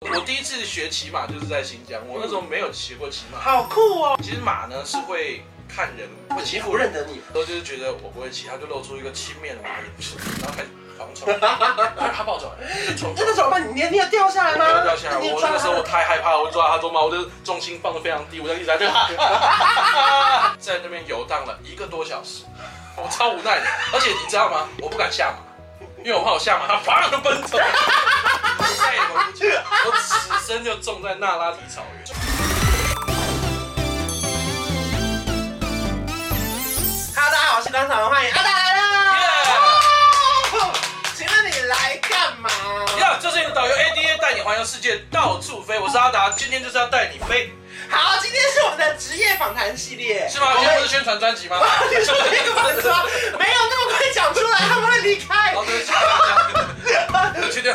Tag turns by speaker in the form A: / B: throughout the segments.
A: 我第一次学骑马就是在新疆，我那时候没有骑过骑马。
B: 好酷哦！
A: 其实马呢是会看人，
B: 我骑不认得你，
A: 都就是觉得我不会骑，他就露出一个轻蔑的马眼神，然后开始狂冲，他他暴走，冲
B: 真的怎么办？你你你有掉下来
A: 不
B: 吗？
A: 要掉下来！
B: 你
A: 我
B: 抓
A: 那个时候我太害怕，我抓他中马，我就是重心放得非常低，我就一直在这， 在那边游荡了一个多小时，我超无奈的。而且你知道吗？我不敢下马，因为我怕我下马他啪就奔走，再也回不去了。哎我哦此生就种在那拉提草原。
B: 哈，大家好，我是当场欢迎阿达来了。请问你来干嘛？
A: 呀，这是一个导游 ADA 带你环游世界，到处飞。我是阿达，今天就是要带你飞，
B: 好，今天是我们的职业访谈系列，
A: 是吗？
B: 我
A: 今天不是
B: 们
A: 宣传专辑吗？
B: 你说那个 粉丝吗？没有那么快讲出来，他们会离开。
A: 哦，对不起大家， 去掉。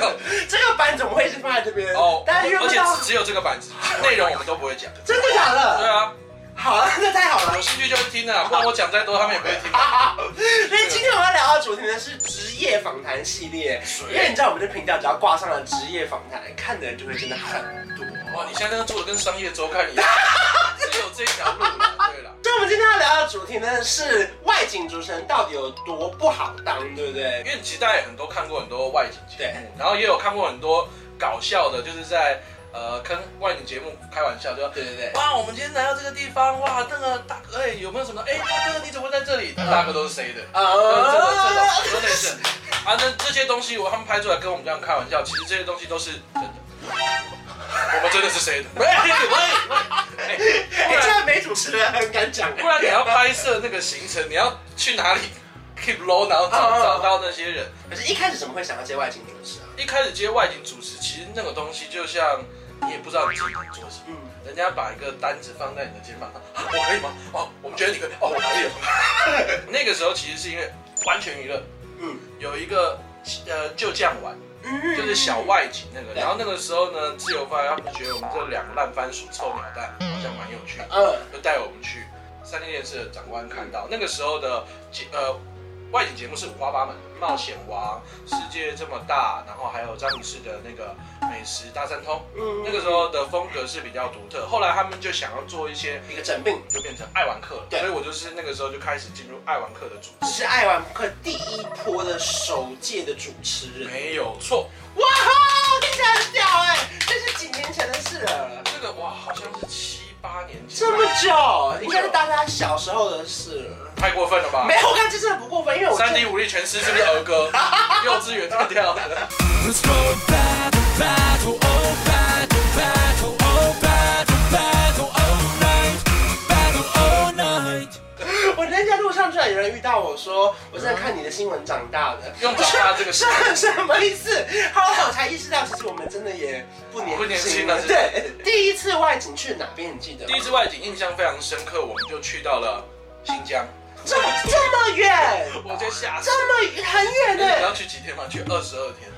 B: 这个版怎么会是放在这边？
A: 哦，
B: 大家约
A: 而
B: 不
A: 且
B: 到
A: 只，只有这个板子，内容我们都不会讲。
B: 真的假
A: 对
B: 的？
A: 啊，
B: 好了，那太好了
A: 有。兴趣就会听啊，不然我讲再多他们也不会听啊。
B: 所以今天我们要聊的主题呢是职业访谈系列，因为你知道我们的频道只要挂上了职业访谈，看的人就会真的很多。
A: 哇，你现在做的跟商业周刊一 样，只有这条路了。对了，
B: 所以我们今天要聊的主题呢是外景主持人到底有多不好当，对不对？
A: 因为其实大家也很多看过很多外景节
B: 对
A: 目，然后也有看过很多搞笑的，就是在呃跟外景节目开玩笑，就
B: 对对对。
A: 哇，我们今天来到这个地方，哇，那个大哥，哎、有没有什么？哎、大哥，你怎么会在这里？大哥都是谁的？
B: 呃
A: 呃这种这种都类似啊，那这些东西我他们拍出来跟我们这样开玩笑，其实这些东西都是真的。我们真的是谁的？喂喂喂！哎不
B: 你这
A: 然
B: 样没主持人很敢讲，啊
A: 不然你要拍摄那个行程，你要去哪里 keep low，然后
B: 嗯嗯
A: 找
B: 嗯
A: 找到那些人。
B: 可是一开始怎么会想要接外景主持啊？
A: 一开始接外景主持，其实那个东西就像你也不知道你自己能做什么。
B: 嗯，
A: 人家把一个单子放在你的肩膀上，啊我可以吗？哦，我们觉得你可以，哦，我可以。那个时候其实是因为完全娱乐，
B: 嗯
A: 有一个呃就这样玩，
B: 嗯
A: 就是小外景那个。
B: 对
A: 然后那个时候呢，自由发他们觉得我们这两个烂番薯臭鸟蛋好像蛮有趣的，
B: 嗯
A: 就带我们去三立电视的长官看到那个时候的节呃外景节目是五花八门，冒险王、世界这么大，然后还有张女士的那个美食大三通。
B: 嗯
A: 那个时候的风格是比较独特，后来他们就想要做一些，
B: 一个整病
A: 就变成爱玩客了。
B: 对
A: 所以我就是那个时候就开始进入爱玩客的主持，
B: 是爱玩客第一波的首届的主持人。
A: 没有错。
B: 哇吼，听起来很屌哎、这是几年前的事了，
A: 这个哇，好像是七八年前，
B: 这么久，应该是大家小时候的事了。
A: 太过分了吧
B: 没？有，我看这真的不过分，因为我
A: 三 D 武力全失是不是儿 歌？幼稚园跳跳的。
C: Let's go battle, battle, oh battle, battle, oh battle, battle, all night, battle all night.
B: 我那天在路上居然有人遇到我说，我是在看你的新闻长大的，
A: 用长大这个
B: 是
A: 词
B: 什么意思？后来我才意识到，其实我们真的也不年
A: 不年轻了
B: 了。对，第一次外景去哪边你记得吗
A: 第？一次外景印象非常深刻，我们就去到了新疆，
B: 这么这么远，
A: 我就吓死了。
B: 这么远很远
A: 那你
B: 呢、
A: 要去几天嘛？去二十二天。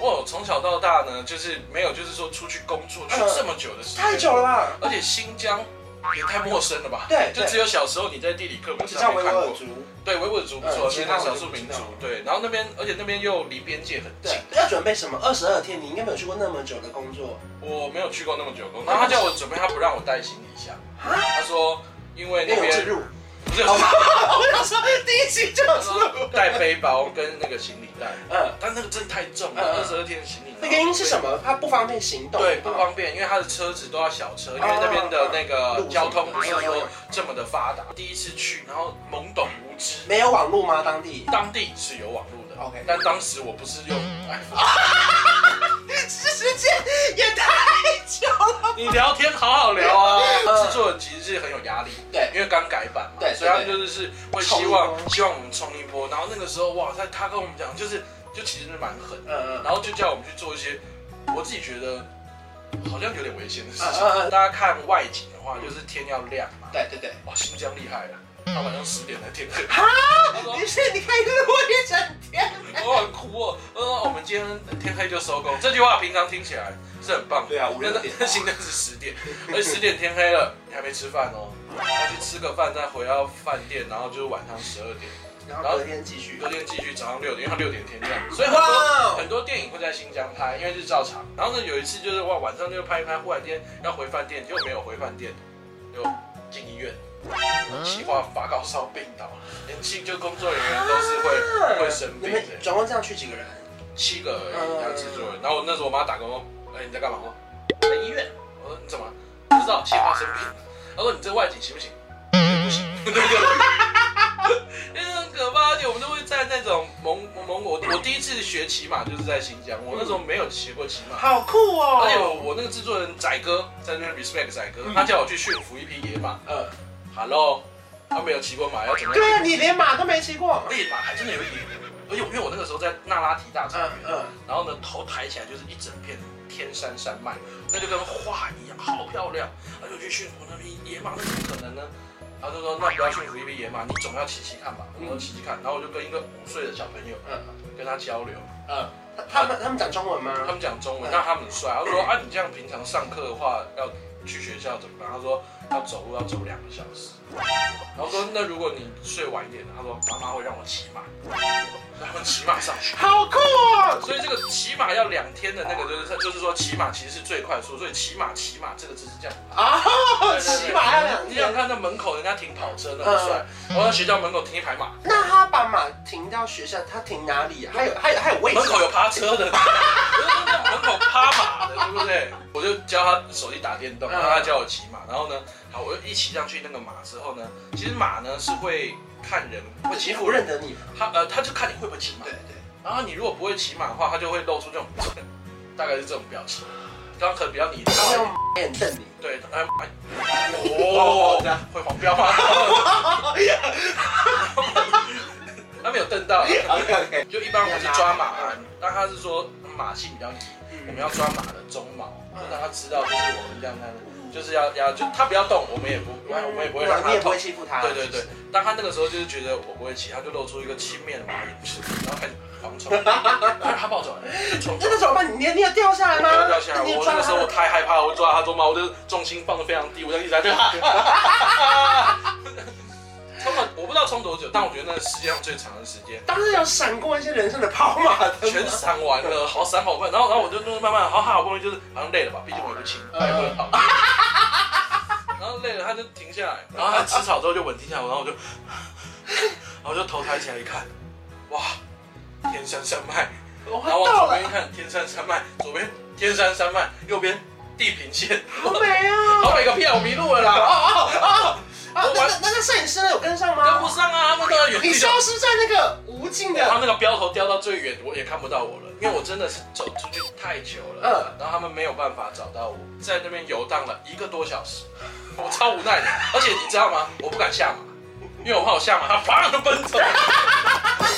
A: 我从小到大呢，就是没有，就是说出去工作去这么久的时间，
B: 呃太久了吧？
A: 而且新疆也太陌生了吧？
B: 对
A: 就只有小时候你在地理课本
B: 只叫
A: 上没
B: 维吾
A: 看
B: 尔
A: 过。
B: 族，
A: 对，维吾尔族不
B: 嗯
A: 错，
B: 其
A: 是
B: 他
A: 它
B: 我就
A: 少
B: 不
A: 数民
B: 知道
A: 族。对，然后那边，而且那边又离边界很近
B: 对。，要准备什么？二十二天，你应该没有去过那么久的工作。
A: 我没有去过那么久工作，然后他叫我准备，他不让我带行李箱，他说因为那
B: 没
A: 边
B: 有置入。哦
A: 不是有
B: 我想说第一期就有置入。
A: 带背包跟那个行李袋，
B: 嗯，
A: 但那个真的太重
B: 嗯嗯
A: 了，二十二天的行李。
B: 那原因是什？么？嗯他不方便行动。
A: 对，不方便，因为他的车子都要小车，
B: 啊
A: 因为那边的那个交通不是
B: 嗯
A: 说这么的发达。第一次去，然后懵懂无知，
B: 没有网络吗？当地？
A: 当地是有网络的
B: OK
A: 哎但当时我不是用 iPhone。
B: 嗯时间也太久了。
A: 你聊天好好聊啊！
B: 嗯
A: 制作人其实是很有压力，
B: 对
A: 因为刚改版嘛，
B: 对对
A: 所以他们就是是会希
B: 冲一
A: 望
B: 波
A: 希望我们冲一波。然后那个时候哇，他他跟我们讲就是就其实是蛮狠，
B: 嗯嗯。
A: 然后就叫我们去做一些我自己觉得好像有点危险的事情。
B: 嗯嗯嗯
A: 大家看外景的话，就是天要亮嘛，
B: 对对对。
A: 哇，新疆厉害了，他晚上十点才天黑。他说
B: 你是你看一路一整天。
A: 我很苦哦，呃，我们今天天黑就收工。这句话平常听起来是很棒的，
B: 对啊五六点
A: 但是现在是十点，而十点天黑了，你还没吃饭哦，要去吃个饭，再回到饭店，然后就是晚上十二点，
B: 然后隔天继续
A: 隔。天继续早上六点，因为他六点天亮，所以很
B: 哇
A: 多
B: 哦
A: 很多电影会在新疆拍，因为日照长。然后呢，有一次就是哇，晚上就拍一拍，忽然间要回饭店，就没有回饭店，就进医院，气化发高烧病倒，年轻就工作人员都是
B: 啊
A: 会会生
B: 你
A: 病
B: 们
A: 的，
B: 总共这样去几个人？
A: 七个而已，然后制作人。然后我那时候我妈打给我，哎你在干嘛？我说在医院。我说你怎么了？不知道气化生病。她说你这外景行不行？不行，那个。 因为很可怕，而且我们都会在那种蒙蒙我我第一次学骑马就是在新疆，我那时候没有学过骑马，
B: 好酷哦！
A: 而且我我那个制作人仔哥在那边 respect 仔哥，他叫我去驯服一匹野马
B: 呃，
A: ，Hello，他没有骑过马，要怎么
B: 对啊，
A: 样？
B: 你连马都没骑过。
A: 猎马还真的有一点，而且因为我那个时候在那拉提大草
B: 嗯
A: 原，
B: 嗯，
A: 然后呢头抬起来就是一整片天山山脉，那就跟画一样，好漂亮，他就去驯服那匹野马，那怎么可能呢？他就说：“那不要驯服一匹野马，你总要骑骑看吧。”我说：“骑骑看。”然后我就跟一个五岁的小朋友，
B: 嗯
A: 跟他交流，
B: 嗯，
A: 呃
B: 他他们他们讲中文吗？
A: 他们讲中文，那他们很帅。他说啊，你这样平常上课的话，要去学校怎么办？他说要走路要走两个小时。然后说那如果你睡晚一点呢，他说妈妈会让我骑马， 他们骑马上学。
B: 好酷哦！
A: 所以这个骑马要两天的那个，就是就是说骑马其实是最快速，所以骑马骑马这个字是这样。
B: 啊，
A: 对对对
B: 骑马要两
A: 你想
B: 天。
A: 看那门口人家停跑车那么帅，
B: 嗯
A: 然后在学校门口停一排马，
B: 那他把马停到学校，他停哪里啊？还有还有还有位置
A: 门
B: 吗？
A: 口有趴车的，门口趴马的，对不对？我就教他手机打电动，
B: 嗯
A: 然后他教我骑马，然后呢，好，我就一骑上去那个马之后呢，其实马呢是会看人，会
B: 骑
A: 骑
B: 不
A: 不
B: 认得你吗？
A: 他呃，他就看你会不会骑马，
B: 对，
A: 然后你如果不会骑马的话，他就会露出这种，大概是这种表情，刚刚可能比较你
B: 他会用眼瞪你。
A: 对，哎，哦，会黄 标吗？他没有瞪到。
B: OK OK，
A: 就一般我们是抓马嘛，但他是说马性比较低，
B: 嗯
A: 我们要抓马的鬃毛，让他知道就是我们这样那样，就是要要就他不要动，我们也不我们我们也不会让
B: 嗯你
A: 他
B: 也不
A: 动
B: 会。欺负他。
A: 对对对，当他那个时候就是觉得我不会骑，他就露出一个轻蔑的马眼神，然后开始狂 冲，然后他抱走了，冲
B: 那。那怎么办？你你要掉下来吗？
A: 掉掉下来，
B: 你
A: 我
B: 啊抓
A: 那个
B: 他
A: 时候我太害怕了，我抓他鬃毛，我就是重心放的非常低，我就一直在 对他。冲了，我不知道冲多久，但我觉得那是世界上最长的时间。
B: 当时有闪过一些人生的啊跑马灯，
A: 全闪完了，好闪好快，然后然后我就那慢慢好好不容易就是好像累了吧，毕竟
B: 哎
A: 我也不轻，他也不能跑。 然后累了他就停下来，然后他吃草之后就稳定下来，然后我就， 然后我就头抬起来一看，哇，天山山脉，
B: 我
A: 然后往
B: 到
A: 左边一
B: 了，
A: 看，天山山脉，左边天山山脉，右边地平线，
B: 好美啊！
A: 好美个屁啊，我迷路了 啦，
B: 啊，那那那个摄影师呢有跟上
A: 跟不
B: 吗？
A: 上啊，他们到了原
B: 你
A: 地
B: 消
A: 走。
B: 失在那个无尽
A: 然后那
B: 的，
A: 个标头掉到最远，我也看不到我了，因为我真的是走出去太久了，
B: 嗯
A: 然后他们没有办法找到我，在那边游荡了一个多小时，我超无奈的，而且你知道吗？我不敢下马，因为我怕我下马，他啪就奔 走了，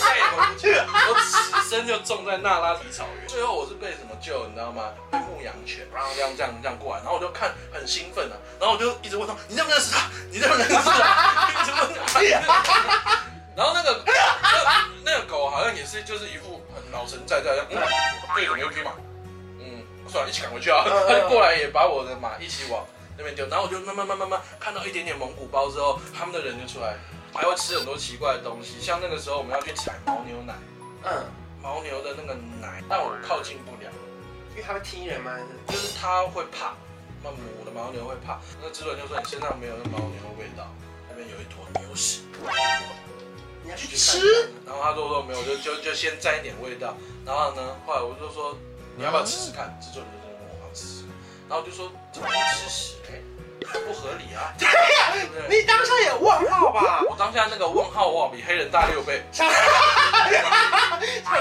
A: 再也回不去了，我此生就种在那拉提草原。最后我是被什么救，你知道吗？被牧羊犬，然后这样这样这样过来，然后我就看很兴奋啊，然后我就一直问他，你认不认识他？你认不认识他？ 一直问他。然后那个那那个狗好像也是就是一副很老神在在的，嗯，对着牛匹马，嗯，算了，一起赶回去啊。
B: 嗯嗯
A: 他就过来也把我的马一起往那边丢，然后我就慢慢慢慢慢慢看到一点点蒙古包之后，他们的人就出来，还会吃很多奇怪的东西，像那个时候我们要去采牦牛奶，
B: 嗯，
A: 牦牛的那个奶，但我靠近不了，
B: 因为他会踢人吗？还是
A: 就是它会怕，那母的牦牛会怕。那制作人就说你身上没有那牦牛的味道，那边有一坨牛屎。
B: 你要去
A: 去
B: 吃？
A: 然后他就说没有，就就就先沾一点味道。然后呢，后来我就说你要不要吃吃看？制作人就问我要吃吃看，然后我就说怎么会吃屎嘞？不合理啊！对不对？
B: 你当下也问号吧？
A: 我当下那个问号哇，比黑人大六倍。
B: 我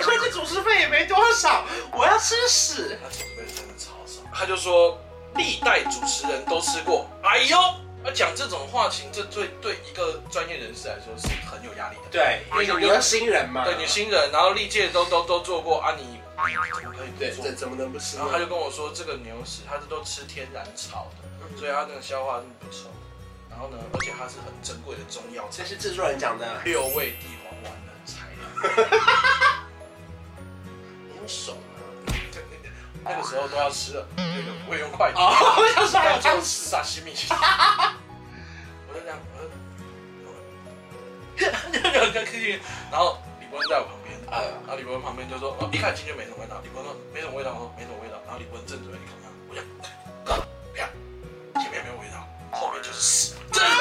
B: 说这主持费也没多少，我要吃屎。
A: 他准备真的超少，他就说历代主持人都吃过。哎呦，那讲这种话情，这对对一个专业人士来说是很有压力的。
B: 对，因为你是新人嘛，
A: 对你新人，然后历届都都都做过啊，你怎么可以不
B: 对，
A: 做
B: 这怎么能不吃呢
A: 然后他就跟我说，这个牛屎它是都吃天然草的，所以它那个消化是不臭。然后呢，而且它是很珍贵的中药
B: 这
A: 材，
B: 是制作人讲 的，啊
A: 六味地黄丸的材料。
B: 你用手吗？
A: 那个时候都要吃了，那个不会用筷子，
B: 哦，我想
A: 还有
B: 说
A: 做
B: 要吃。
A: 沙西米。我就这样，我就就有人跟进去，然后李伯恩在我旁边，啊，然后李伯恩旁边就说，哦，一看进去没什么味道，李伯恩说没什么味道，我说没什么味道，然后李伯恩正准备看看，我就，干啪，前面没有味道，后面就是屎，真的。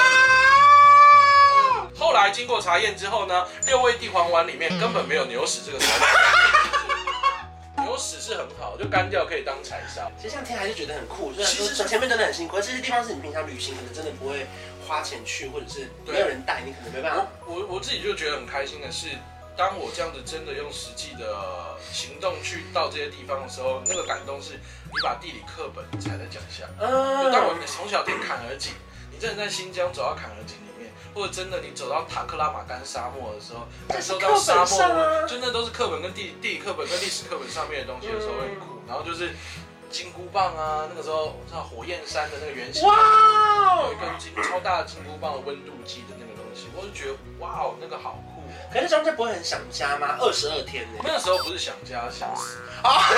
A: 后来经过查验之后呢，六味地黄丸里面根本没有牛屎这个成分。牛屎是很好，就干掉可以当柴烧。
B: 其实这样听还是觉得很酷，虽然
A: 其实
B: 说前面真的很辛苦，而这些地方是你平常旅行可能真的不会花钱去，或者是
A: 对
B: 没有人带，你可能没办法。
A: 我我自己就觉得很开心的是，当我这样子真的用实际的行动去到这些地方的时候，那个感动是，你把地理课本踩在脚下。就
B: 嗯，
A: 当我们从小听坎儿井，你真的在新疆走到坎儿井里面，或者真的你走到塔克拉玛干沙漠的时候，感受到沙漠
B: 这是课本上
A: 的，
B: 啊
A: 就那都是课本跟地地理课本跟历史课本上面的东西的时候会很酷。然后就是金箍棒啊，那个时候像火焰山的那个原型，
B: 哇
A: 有
B: 哦
A: 一！根金超大的金箍棒的温度计的那个东西，我就觉得哇哦，那个好酷哦。
B: 可是中间不会很想家吗？二十二天呢？
A: 那时候不是想家，想死
B: 啊
A: 啊！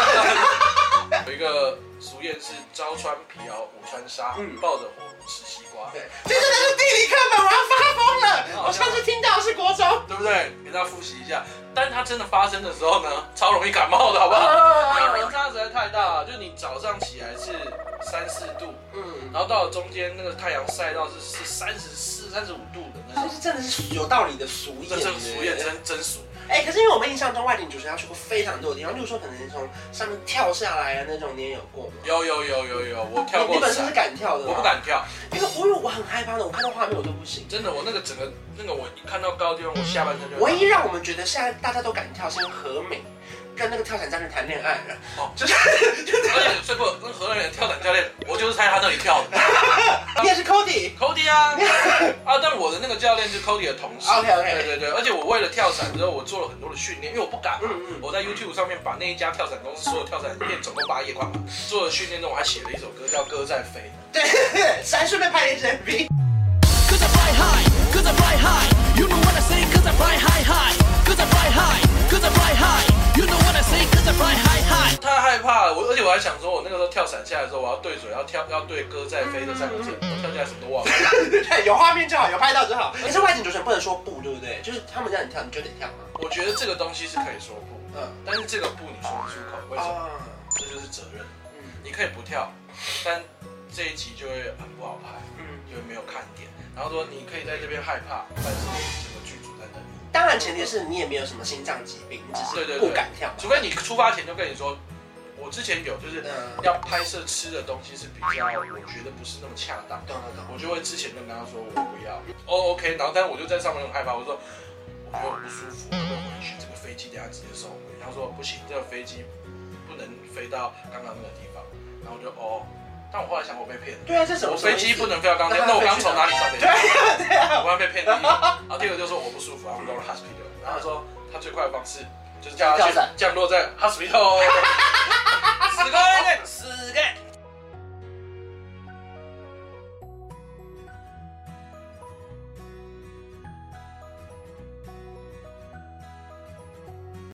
A: 有一个俗谚是“朝穿皮袄，午穿纱
B: 嗯”，
A: 抱着火吃西瓜。
B: 对，这真的是地理课本，我要发疯了！我上次听到是国中，
A: 对不对？给大家复习一下。但是它真的发生的时候呢，超容易感冒的，好不好？ 那温
B: 啊
A: 差实在太大了，就你早上起来是三四度，
B: 嗯，
A: 然后到了中间那个太阳晒到是是三十四、三十五度的那
B: 这
A: 种，
B: 是真的是有道理的俗谚
A: 这
B: 呢。
A: 真俗也真真俗。
B: 哎，可是因为我们印象中外景主持人要去过非常多的地方，例如说可能从上面跳下来啊那种，你也有过吗？
A: 有有有有有，我跳
B: 你
A: 过
B: 本身
A: 伞，
B: 是敢跳的，啊
A: 我不。敢跳，
B: 因为我有我很害怕的，我看到画面我都不行。
A: 真的，我那个整个那个我一看到高的地方，我下半身就
B: 唯一让我们觉得现在大家都敢跳，是因为和美跟那个跳伞教练谈恋爱 了。
A: 哦
B: 就是
A: 而且最后那个荷兰人跳伞教练，我就是在他那里跳 的
B: 你也是 Cody，
A: ，Cody 啊 啊！但我的那个教练是 Cody 的同事
B: OK，OK
A: 对对对，而且我为了跳伞之后，我做了很多的训练，因为我不敢嘛。
B: 嗯嗯，
A: 我在 YouTube 上面把那一家跳伞公司所有跳伞影片总共八页看完，做了训练中我还写了一首歌叫《歌在飞》。
B: 对， 还顺便拍了一支 MV。
C: Cause I fly high, cause I fly high. You know what I say, cause I fly high high. Cause I fly high, cause I fly high. You know what I say, cause I fly high high.
A: 太害怕了，我而且我还想说，我那个时候跳伞下来的时候，我要对准要跳要对“歌在飞”这三个字，
B: 嗯
A: 我跳下来什么都忘了。
B: 对，有画面就好，有拍到就好。可是外景主持人不能说不，对不对？就是他们让你跳，你就得跳嘛。
A: 我觉得这个东西是可以说不，
B: 嗯，
A: 但是这个不你说不出口，为什么？
B: 啊，
A: 这就是责任。
B: 嗯
A: 你可以不跳，但这一集就会很不好拍，
B: 嗯，
A: 就会没有看点。然后说你可以在这边害怕，但是整个剧组在等你，
B: 当然前提是你也没有什么心脏疾病，你只
A: 对对
B: 是
A: 对
B: 不敢跳。
A: 除非你出发前就跟你说，我之前有就是。
B: 嗯，
A: 要拍摄吃的东西是比较，我觉得不是那么恰当，
B: 懂了懂了。
A: 我就会之前就跟他说我不要，哦 OK，然后但是我就在上面很害怕，我说我觉得我不舒服，我会回去，这个飞机等下直接送我回。他说不行，这个飞机不能飞到刚刚那个地方，然后我就哦，但我后来想我被骗了，
B: 对啊，这什么
A: 我飞机不
B: 能？
A: 能飞到刚刚，那我刚从哪里上飞机
B: 对？啊对啊，
A: 我要被骗了。然后第二个就说我不舒服，I'm 啊 going to hospital。然后他说他最快的方式就是叫他
B: 跳
A: 去
B: 伞
A: 降落在 hospital。死个嘞，死个